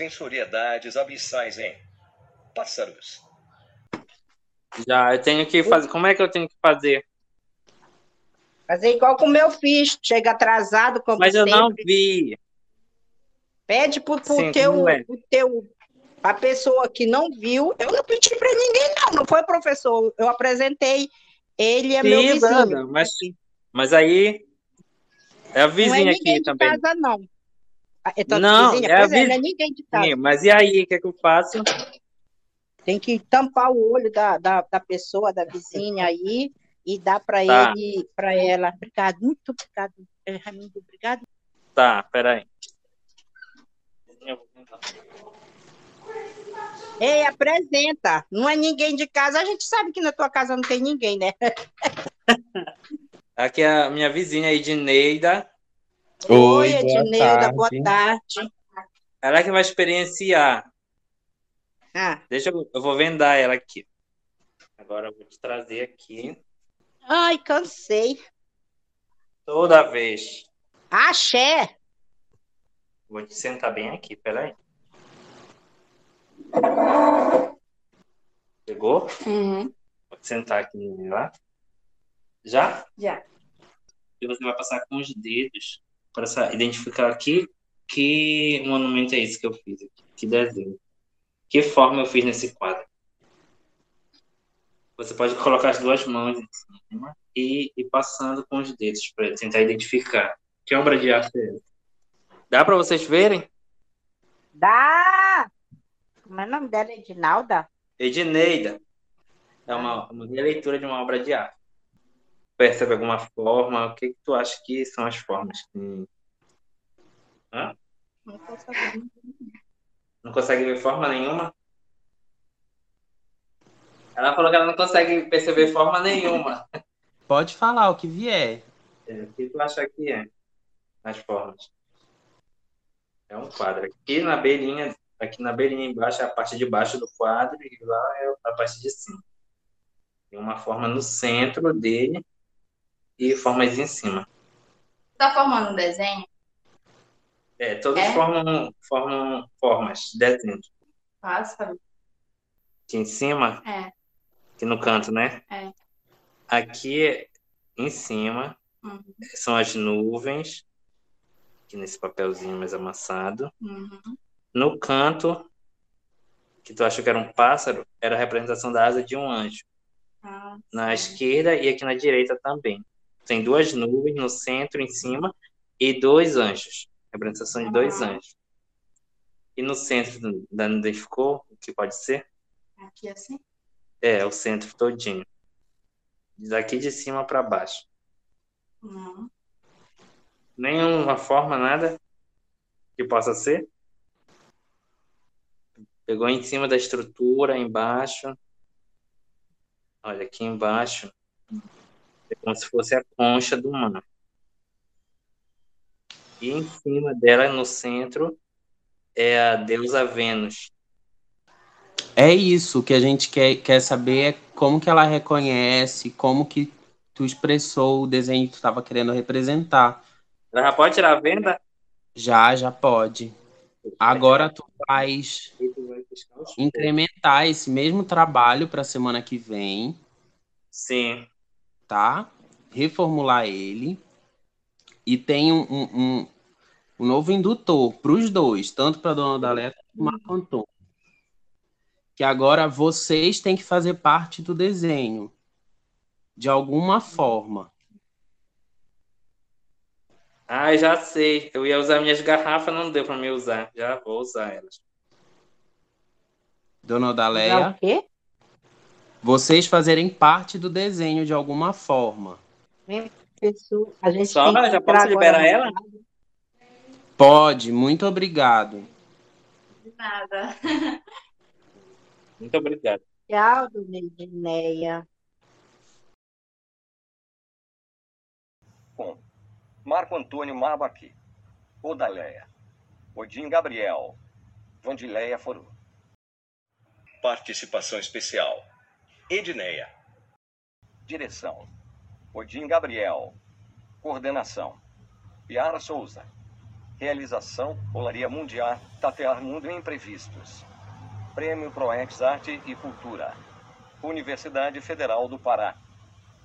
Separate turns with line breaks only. Sensoriedades abissais em pássaros.
Já, eu tenho que fazer. Como é que eu tenho que fazer?
Fazer igual como eu fiz, chega atrasado, como
Mas eu
sempre.
não vi.
Pede pro, pro
Sim,
teu,
como é?
pro teu, a pessoa que não viu. Eu não pedi para ninguém, não. Não foi professor. Eu apresentei. Ele é meu
Sim,
vizinho.
Branda, mas, mas aí. É a vizinha
não é ninguém
aqui
de
também.
casa, não. Ah, é tanto
Não,
vizinha?
é a
pois é,
vi-
não é ninguém de casa.
Sim, Mas e aí, o que, é que eu faço?
Tem que tampar o olho da, da, da pessoa, da vizinha aí, e dar para
Tá.
ele, para ela. Obrigado, muito obrigado, eh, Raimundo, obrigado.
Tá, peraí.
Ei, apresenta. Não é ninguém de casa. A gente sabe que na tua casa não tem ninguém, né?
Aqui é a minha vizinha Edneida.
Oi, boa
Edneuda, boa
tarde.
tarde.
Ela que vai experienciar.
Ah.
Deixa eu. Eu vou vendar ela aqui. Agora eu vou te trazer aqui.
Ai, cansei.
Toda vez.
Axé.
Vou te sentar bem aqui, peraí. Chegou?
Uhum,
Pode sentar aqui lá. Já?
já.
E você vai passar com os dedos para sa- identificar aqui que monumento é esse que eu fiz aqui, que desenho. Que forma eu fiz nesse quadro. Você pode colocar as duas mãos em cima e ir passando com os dedos para tentar identificar. Que obra de arte é essa? Dá para vocês verem?
Dá. Como é o nome dela? Edinalda?
Edneida. É uma, uma releitura de uma obra de arte. Percebe alguma forma? O que, que tu acha que são as formas? que-
Não tô sabendo.
Não consegue ver forma nenhuma? Ela falou que ela não consegue perceber forma nenhuma.
Pode falar o que vier.
É, O que tu acha que é? Nas formas. É um quadro. Aqui na beirinha, aqui na beirinha embaixo é a parte de baixo do quadro e lá é a parte de cima. Tem uma forma no centro dele e formas em cima.
Tá formando um desenho?
É, todas
É?
formam, formam formas, desenhos.
Passa.
Aqui em cima,
É.
aqui no canto, né?
É.
Aqui em cima
Uhum.
são as nuvens, aqui nesse papelzinho mais amassado.
Uhum.
No canto, que tu achou que era um pássaro, era a representação da asa de um anjo.
Ah,
Na esquerda e aqui na direita também. Tem duas nuvens no centro, em cima, e dois anjos. Representação de dois
Ah.
anjos. E no centro, da não identificou o que pode ser?
aqui assim?
É, o centro todinho. Daqui de cima para baixo.
Não.
Nenhuma forma, nada que possa ser. Pegou em cima da estrutura, embaixo. Olha, aqui embaixo. É como se fosse a concha do mar. E em cima dela, no centro, é a deusa Vênus.
É isso que a gente quer, quer saber é como que ela reconhece, como que tu expressou o desenho que tu estava querendo representar.
Ela já pode tirar a venda?
Já, já pode. Agora tu faz
E tu vai pescar os
incrementar esse mesmo trabalho para a semana que vem,
Sim.
tá? Reformular ele. E tem um, um, um- um novo indutor para os dois, tanto para a dona Daleta quanto para o Marco Antônio. Que agora vocês têm que fazer parte do desenho, de alguma forma.
Ah, já sei. Eu ia usar minhas garrafas, não deu para me usar. Já vou usar elas.
Dona
Dá
Odaleia,
o quê?
vocês fazerem parte do desenho de alguma forma.
Pessoa- A gente
Só,
tem que
já
entrar
posso liberar
agora.
ela?
Pode, muito obrigado.
De nada.
Muito obrigado.
Tchau, dona Edneia.
com Marco Antônio Mabac, Odaleia, Odin Gabriel, Vandileia Foro. Participação especial, Edneia. Direção, Odin Gabriel. Coordenação, Yara Souza. Realização, Olaria Mundial, Tatear Mundo em Imprevistos. Prêmio Proex Arte e Cultura. Universidade Federal do Pará.